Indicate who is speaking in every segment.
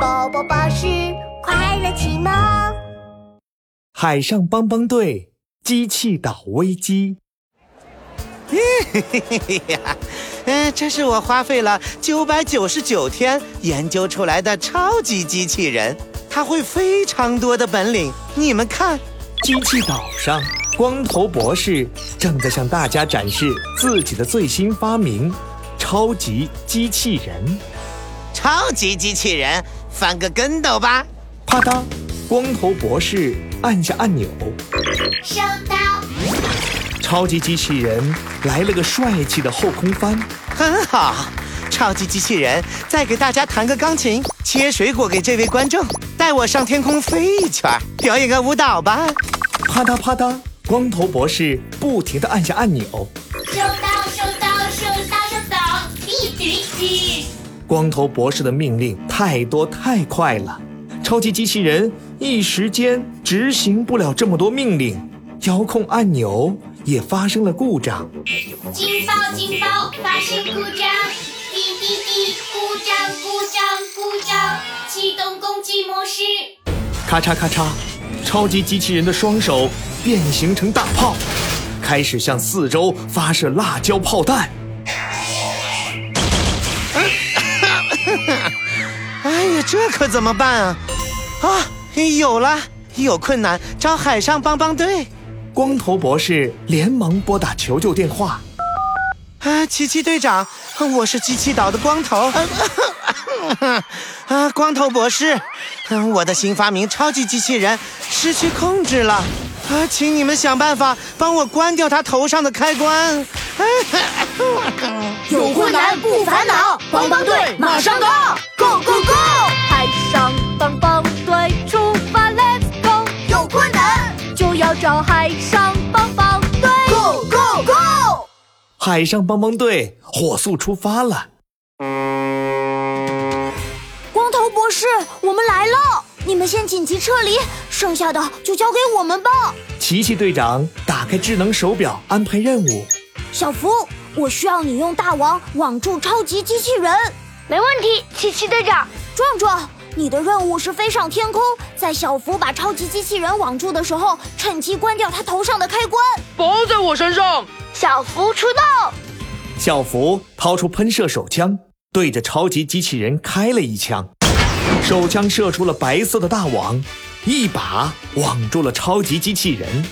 Speaker 1: 宝宝巴士快乐启蒙。
Speaker 2: 海上帮帮队机器岛危机。
Speaker 3: 嗯，这是我花费了九百九十九天研究出来的超级机器人，它会非常多的本领，你们看。
Speaker 2: 机器岛上，光头博士正在向大家展示自己的最新发明——超级机器人。
Speaker 3: 超级机器人，翻个跟斗吧！
Speaker 2: 啪嗒，光头博士按下按钮，
Speaker 1: 收到，
Speaker 2: 超级机器人来了个帅气的后空翻。
Speaker 3: 很好，超级机器人再给大家弹个钢琴，切水果给这位观众，带我上天空飞一圈儿，表演个舞蹈吧！
Speaker 2: 啪嗒啪嗒，光头博士不停地按下按钮。
Speaker 1: 收到，收到，收到，收到，一举一举。
Speaker 2: 光头博士的命令太多太快了，超级机器人一时间执行不了这么多命令，遥控按钮也发生了故障。
Speaker 1: 警报，警报，发生故障，滴滴滴，故障，故障，故障，启动攻击模式。
Speaker 2: 咔嚓咔嚓，超级机器人的双手变形成大炮，开始向四周发射辣椒炮弹。
Speaker 3: 哎呀，这可怎么办啊？啊，有了，有困难找海上帮帮队。
Speaker 2: 光头博士连忙拨打求救电话。
Speaker 3: 啊，奇奇队长，我是机器岛的光头。 啊，光头博士，嗯，我的新发明超级机器人失去控制了，啊，请你们想办法帮我关掉它头上的开关。
Speaker 4: 有困难不烦恼，帮帮队马上到，Go Go Go！海上帮帮队出发，Let's Go！有困难就要找海上帮帮队，Go Go Go！
Speaker 2: 海上帮帮队火速出发了。
Speaker 4: 光头博士，我们来了，你们先紧急撤离，剩下的就交给我们吧。
Speaker 2: 琪琪队长打开智能手表，安排任务。
Speaker 4: 小福，我需要你用大网网住超级机器人。
Speaker 5: 没问题，奇奇队长。
Speaker 4: 壮壮，你的任务是飞上天空，在小福把超级机器人网住的时候，趁机关掉它头上的开关。
Speaker 6: 包在我身上。
Speaker 5: 小福出动，
Speaker 2: 小福掏出喷射手枪，对着超级机器人开了一枪，手枪射出了白色的大网，一把网住了超级机器人。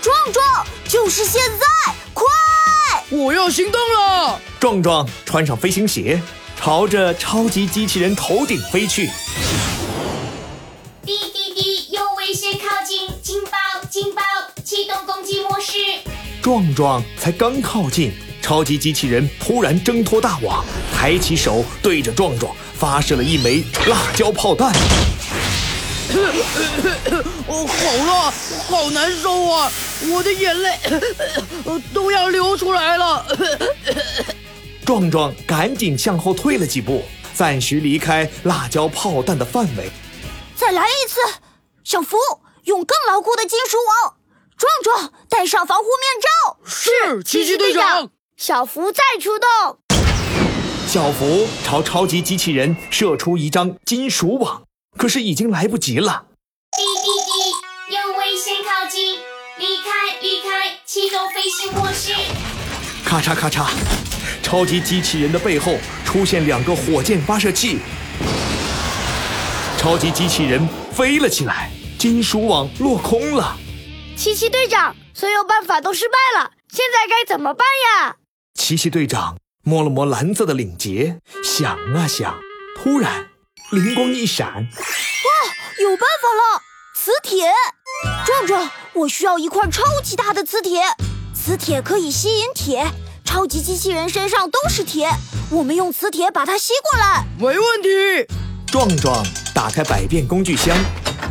Speaker 4: 壮壮，就是现在，快！
Speaker 6: 我要行动了！
Speaker 2: 壮壮穿上飞行鞋，朝着超级机器人头顶飞去。
Speaker 1: 滴滴滴，有危险靠近，警报，警报，启动攻击模式。
Speaker 2: 壮壮才刚靠近，超级机器人突然挣脱大网，抬起手对着壮壮发射了一枚辣椒炮弹。
Speaker 6: 哦，好了，好难受啊！我的眼泪呃都要流出来了。
Speaker 2: 壮壮赶紧向后退了几步，暂时离开辣椒炮弹的范围。
Speaker 4: 再来一次，小福用更牢固的金属网。壮壮，戴上防护面罩。
Speaker 6: 是奇奇队长。
Speaker 4: 小福再出动。
Speaker 2: 小福朝超级机器人射出一张金属网，可是已经来不及了。
Speaker 1: 滴滴滴，有危险靠近，离开，离开，启动飞行模式。
Speaker 2: 咔嚓咔嚓，超级机器人的背后出现两个火箭发射器，超级机器人飞了起来，金属网落空了。
Speaker 5: 奇奇队长，所有办法都失败了，现在该怎么办呀？
Speaker 2: 奇奇队长摸了摸蓝色的领结，想啊想，突然灵光一闪，
Speaker 4: 有办法了，磁铁。壮壮，我需要一块超级大的磁铁，磁铁可以吸引铁，超级机器人身上都是铁，我们用磁铁把它吸过来。
Speaker 6: 没问题。
Speaker 2: 壮壮打开百变工具箱，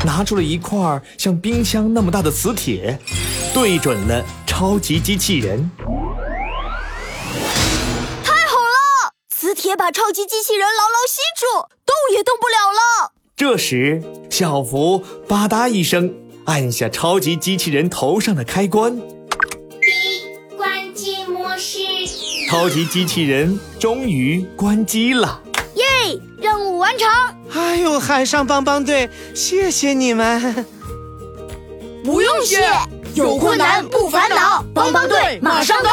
Speaker 2: 拿出了一块像冰箱那么大的磁铁，对准了超级机器人。
Speaker 4: 磁铁把超级机器人牢牢吸住，动也动不了了。
Speaker 2: 这时，小福吧嗒一声按下超级机器人头上的开关，
Speaker 1: 滴，关机模式。
Speaker 2: 超级机器人终于关机了。
Speaker 5: 耶，任务完成。
Speaker 3: 哎哎呦，海上帮帮队，谢谢你们！
Speaker 4: 不用谢，有困难不烦恼，帮帮队马上到。